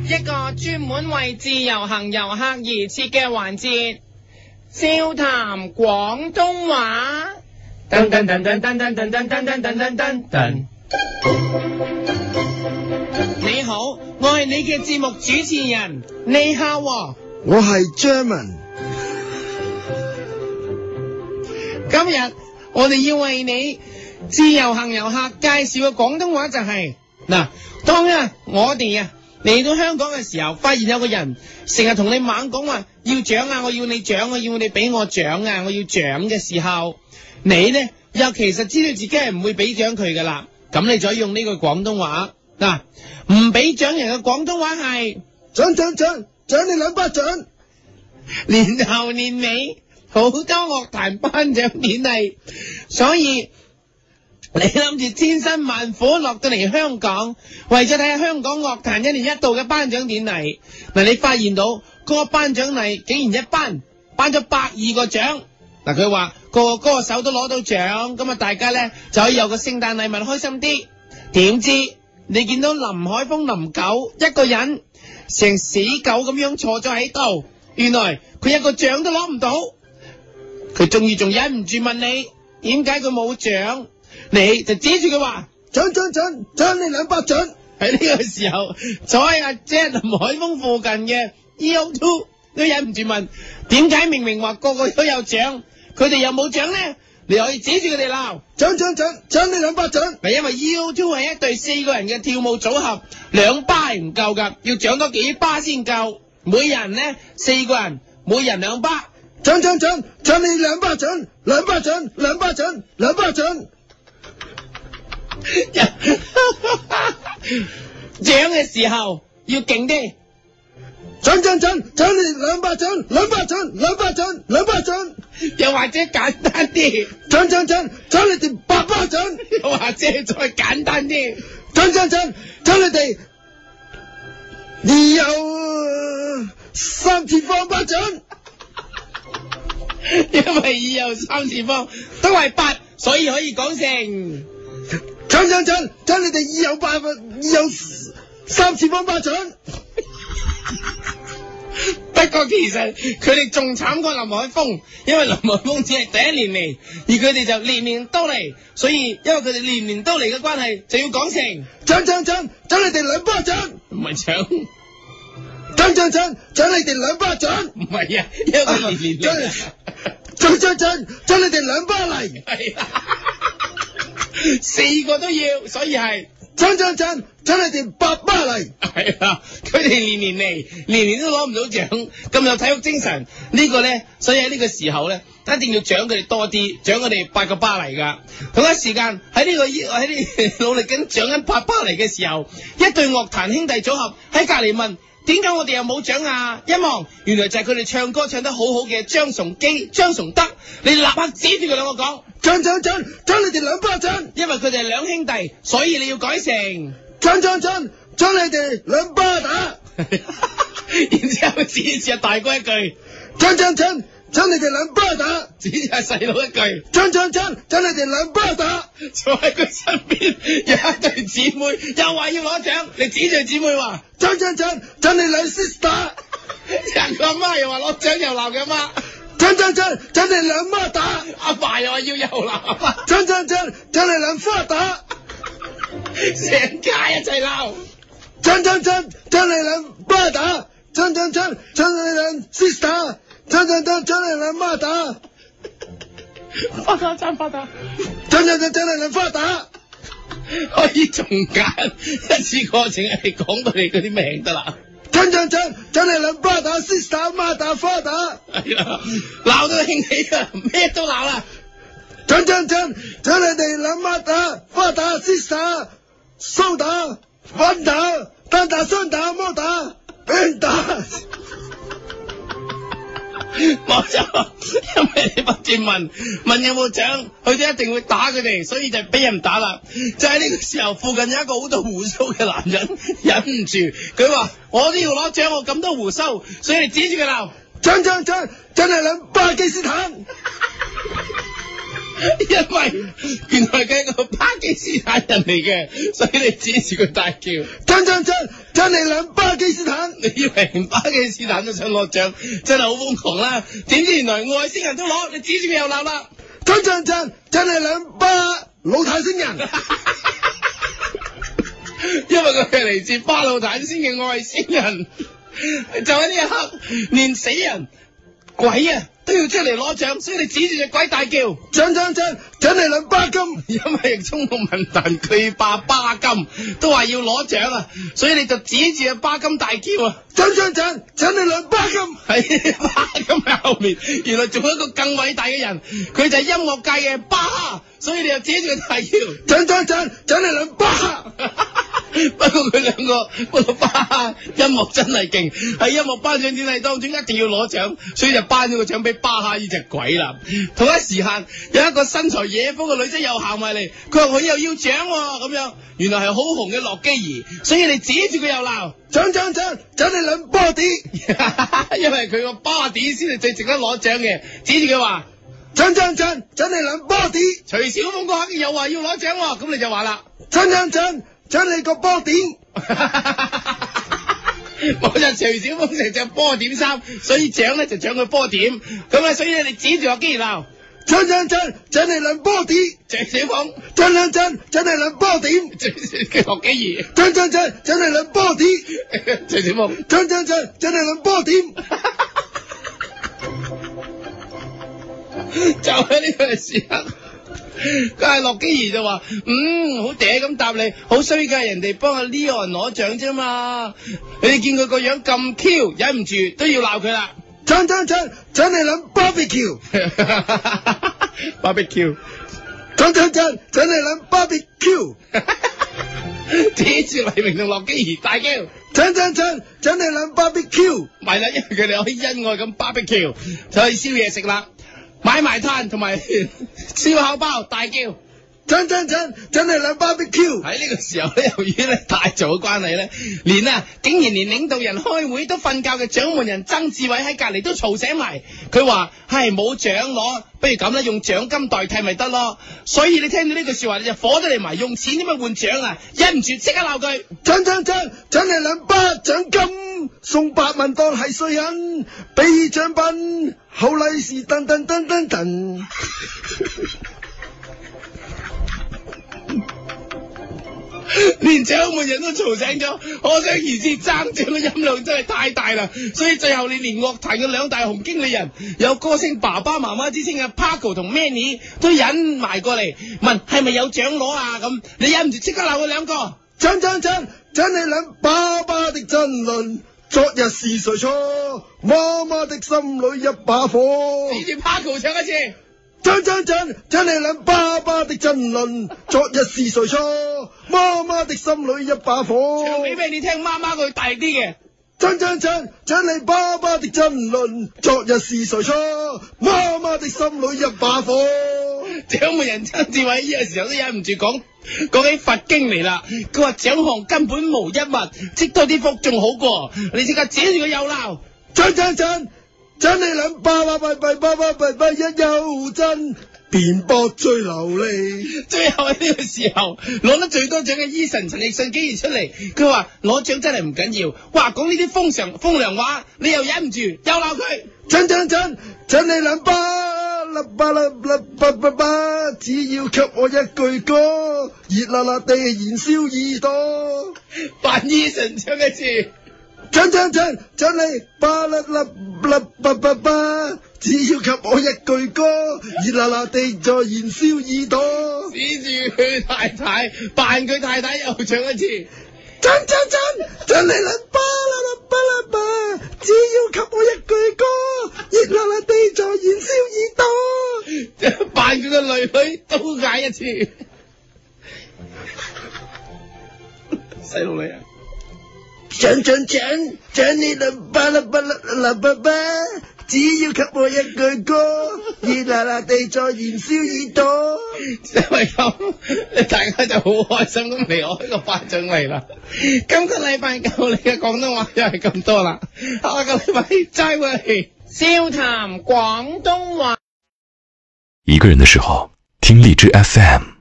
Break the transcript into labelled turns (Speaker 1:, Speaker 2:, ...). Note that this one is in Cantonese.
Speaker 1: 一個專門為自由行遊客而設嘅環節，笑談廣東話。噔噔噔噔噔噔噔噔噔噔噔噔噔。你好，我係你嘅節目主持人，你好喎。
Speaker 2: 我係 German，
Speaker 1: 今日我哋要為你自由行遊客介紹嘅廣東話就係、嗱，當啊我哋啊嚟到香港嘅時候，發現有個人成日同你猛講話要獎啊，我要你獎，我要你俾我獎啊，我要獎嘅時候，你呢又其實知道自己係唔會俾獎佢噶啦，咁你就可以用呢句廣東話嗱，唔俾獎人嘅廣東話係。
Speaker 2: 獎獎獎獎你兩巴掌，
Speaker 1: 年後年尾好多樂壇頒獎典禮，所以你諗住千辛萬苦落到嚟香港，為咗睇下香港樂壇一年一度嘅頒獎典禮，嗱你發現到嗰個頒獎禮竟然一頒頒咗百二個獎。嗱，佢話個個歌手都攞到獎，咁啊大家咧就可以有個聖誕禮物開心啲。點知你見到林海峰林九一個人成死狗咁樣坐咗喺度，原來佢一個獎都攞唔到，佢終於仲忍唔住問你點解佢冇獎，你就指住佢話
Speaker 2: 獎獎獎獎你兩巴掌，
Speaker 1: 喺呢個時候坐喺阿姐林海峰附近嘅 E.O. Two 都忍唔住問點解明明話個個都有獎，佢哋又冇獎咧？你可以指住佢哋鬧。
Speaker 2: 獎獎獎獎你兩巴掌，
Speaker 1: 嗱，因為 U2 係一隊四個人嘅跳舞組合，兩巴係唔夠噶，要獎多幾巴先夠。每人呢，四個人，每人兩巴。
Speaker 2: 獎獎獎獎你兩巴掌，兩巴掌兩巴掌兩巴掌，
Speaker 1: 獎嘅時候要勁啲，
Speaker 2: 獎獎獎獎你兩巴掌，兩巴掌兩巴掌兩巴掌，
Speaker 1: 又或者簡單啲，
Speaker 2: 獎獎獎獎你哋八巴掌，獎
Speaker 1: 又或者再簡單啲。
Speaker 2: 獎獎獎你哋二有三次方巴掌，
Speaker 1: 因為二又三次方都係八，所以可以講成。
Speaker 2: 獎獎獎獎你哋二有八二有三次方巴掌。
Speaker 1: 不過其實佢哋仲慘過林海峰，因為林海峰只係第一年嚟，而佢哋就年年都嚟，所以因為佢哋年年都嚟嘅關係，就要講成
Speaker 2: 獎獎獎獎你哋兩巴掌，
Speaker 1: 唔係搶，
Speaker 2: 獎獎獎獎你哋兩巴掌，
Speaker 1: 唔係啊，因為佢年年都嚟，
Speaker 2: 獎獎獎獎你哋兩巴嚟，
Speaker 1: 係啦， 四個都要，所以係
Speaker 2: 獎獎獎獎你哋八巴嚟，
Speaker 1: 係啦，佢哋年年嚟，年年都攞唔到獎，咁有體育精神，呢個咧，所以喺呢個時候咧，一定要獎佢哋多啲，獎佢哋八個巴黎噶。同一時間喺呢個喺呢努力緊獎緊八巴黎嘅時候，一對樂壇兄弟組合喺隔離問。點解我哋又冇獎啊？一望，原來就係佢哋唱歌唱得好好嘅張崇基、張崇德，你立刻指住佢兩個講，
Speaker 2: 獎獎獎獎你哋兩巴掌，
Speaker 1: 因為佢哋係兩兄弟，所以你要改成。
Speaker 2: 獎獎獎獎你哋兩巴打，
Speaker 1: 然之後指住阿大哥一句，
Speaker 2: 獎獎獎獎你哋兩巴打，
Speaker 1: 指住阿細佬一句，
Speaker 2: 獎獎獎獎你哋兩巴打，
Speaker 1: 坐喺佢身邊有一對姊妹，又話要攞獎，你指住姊妹話，
Speaker 2: 獎獎獎獎你兩 sister，
Speaker 1: 人個阿媽又話攞獎又鬧佢阿媽，
Speaker 2: 獎獎獎獎你兩孖打，
Speaker 1: 阿爸又話要又鬧阿媽，
Speaker 2: 獎獎獎獎你兩花打，
Speaker 1: 成家一齊鬧，
Speaker 2: 獎獎獎獎你兩巴打，獎獎獎獎你兩 sister，獎獎獎獎你兩孖打。
Speaker 1: 發達爭發達，
Speaker 2: 真真真真係兩花打，
Speaker 1: 可以仲簡一次過淨係講佢哋嗰啲名得啦。
Speaker 2: 真真真真係兩巴打，sister 孖打花打，
Speaker 1: 係啦，鬧到興起啊，咩都鬧啦。
Speaker 2: 真真真真你哋兩孖打花打，sister 蘇打反打單打雙打摩打邊打，
Speaker 1: 冇錯，因為你不斷問問有冇獎，佢哋一定會打佢哋，所以就俾人打啦。就喺呢個時候，附近有一個好多胡鬚嘅男人 忍唔住，佢話：我都要攞獎，我咁多胡鬚，所以你指住佢鬧。
Speaker 2: 真真真真係兩巴基斯坦，
Speaker 1: 因為原來佢係一個巴基斯坦人嚟嘅，所以你指住佢大叫。
Speaker 2: 真真真真係兩巴基斯坦，
Speaker 1: 你以為唔打嘅是但就上落象，真係好瘋狂啦！點知原來外星人都攞，你指住佢又鬧啦！
Speaker 2: 真真真真係兩巴老太星人，
Speaker 1: 因為佢係嚟自巴魯坦星嘅外星人， 就喺呢一刻，連死人鬼啊都要出嚟攞獎，所以你指住只鬼大叫，
Speaker 2: 真真真真係兩巴金，
Speaker 1: 因為中國文壇佢霸巴金都話要攞獎啊，所以你就指住只巴金大叫啊！
Speaker 2: 真真真真係兩巴金，
Speaker 1: 喺巴金嘅後面，原來仲有一個更偉大嘅人，佢就係音樂界嘅巴哈，所以你又指住佢大叫。
Speaker 2: 真真真真係兩巴，
Speaker 1: 不過佢兩個嗰個巴音樂真係勁，喺音樂頒獎典禮當中一定要攞獎，所以就頒咗個獎俾巴哈呢只鬼啦。同一時間有一個身材野風嘅女仔又行埋嚟，佢話佢又要獎喎、咁樣，原來係好紅嘅洛基兒，所以你指住佢又鬧，
Speaker 2: 真真真真係兩波啲，
Speaker 1: 因為佢個 body 先係最值得攞獎嘅，指住佢話
Speaker 2: 真真真真係兩波啲，
Speaker 1: 徐小鳳嗰刻又話要攞獎喎、咁你就話啦。
Speaker 2: 真真真真係個波點，
Speaker 1: 我就徐小鳳成隻波點衫，所以獎咧就獎佢波點。咁啊，所以咧你指住我機鬧
Speaker 2: 真真真真係兩波啲，
Speaker 1: 徐小鳳，
Speaker 2: 真真真真係兩波點，
Speaker 1: 徐小學機兒，
Speaker 2: 真真真真係兩波啲，
Speaker 1: 徐小鳳。
Speaker 2: 真真真真係兩波點。
Speaker 1: 就喺呢個時刻，佢係洛基兒就話：嗯，好嗲咁答你，好衰㗎，人哋幫阿 Leon 攞獎啫嘛。你哋見佢個樣咁 Q，忍唔住都要鬧佢啦。
Speaker 2: 真真真真係諗 barbecue，
Speaker 1: 芭比 Q。
Speaker 2: 真真真真係諗 barbecue，
Speaker 1: 指住黎明同洛基兒大叫，
Speaker 2: 真真真真係諗 barbecue，
Speaker 1: 咪啦，因為佢哋可以恩愛咁 barbecue，就去燒嘢食啦，買埋炭同埋燒烤包大叫。喺
Speaker 2: 真真真真係諗
Speaker 1: 呢
Speaker 2: barbecue，
Speaker 1: 個時候咧，由於咧大嘈嘅關係咧，連啊竟然連領導人開會都瞓覺嘅掌門人曾志偉喺隔離都嘈醒埋，佢話：係冇獎攞，不如咁啦，用獎金代替咪得咯。所以你聽到呢句説話，你就火得嚟埋，用錢點樣換獎啊？忍唔住即刻鬧佢。
Speaker 2: 真真真真係諗巴獎金，送百萬當係衰人，俾獎品後利是噔噔噔噔噔，
Speaker 1: 連掌門人都嘈醒咗，可想而知爭獎嘅音量真係太大啦，所以最後你連樂壇嘅兩大紅經理人，有歌星爸爸媽媽之稱嘅 Paco 同 Manny 都引埋過嚟問係咪有獎攞啊咁，你忍唔住即刻鬧佢兩個，
Speaker 2: 真真真真係諗爸爸的爭論，昨日是誰錯？媽媽的心裏一把火。
Speaker 1: 指住 Paco 唱一次，
Speaker 2: 真真真真係兩爸爸的爭論，昨日是誰錯？媽媽的心裏一把火。
Speaker 1: 唱俾俾你聽，媽媽佢大力啲嘅。
Speaker 2: 真真真真係爸爸的爭論，昨日是誰錯？媽媽的心裏一把火。
Speaker 1: 掌門人曾志偉呢個時候都忍唔住講講起佛經嚟啦，佢話獎項根本無一物，積多啲福仲好過。你即刻指住佢又鬧。
Speaker 2: 真真真真係兩爸爸爸爸爸爸爸爸一又真，辯駁最流利。
Speaker 1: 最後喺呢個時候攞得最多獎嘅 Eason 陳奕迅竟然出嚟，佢話攞獎真係唔緊要，哇講呢啲風常風涼話，你又忍唔住又鬧佢，
Speaker 2: 真真真真係兩巴啦巴啦啦巴巴巴，只要給我一句歌，熱辣辣地燃燒耳朵。
Speaker 1: 扮 Eason 唱一次，
Speaker 2: 真真真真係巴啦啦啦巴巴巴，只要給我一句歌，熱辣辣地再燃燒耳朵。
Speaker 1: 指住佢太太扮佢太太又唱一次，
Speaker 2: 真真真真係兩巴啦啦巴啦巴，只要給我一句歌，熱辣辣地再燃燒耳朵。
Speaker 1: 扮佢個女女都嗌一次， 細路女啊！
Speaker 2: 真真真真你啦巴啦巴啦啦巴巴，只要給我一句歌，熱辣辣地再燃燒耳朵。
Speaker 1: 因為咁，大家就好開心咁嚟我呢個頒獎禮啦。今個禮拜教你嘅廣東話又係咁多啦，下個禮拜齋會笑談廣東話。
Speaker 3: 一个人的时候，听荔枝 FM。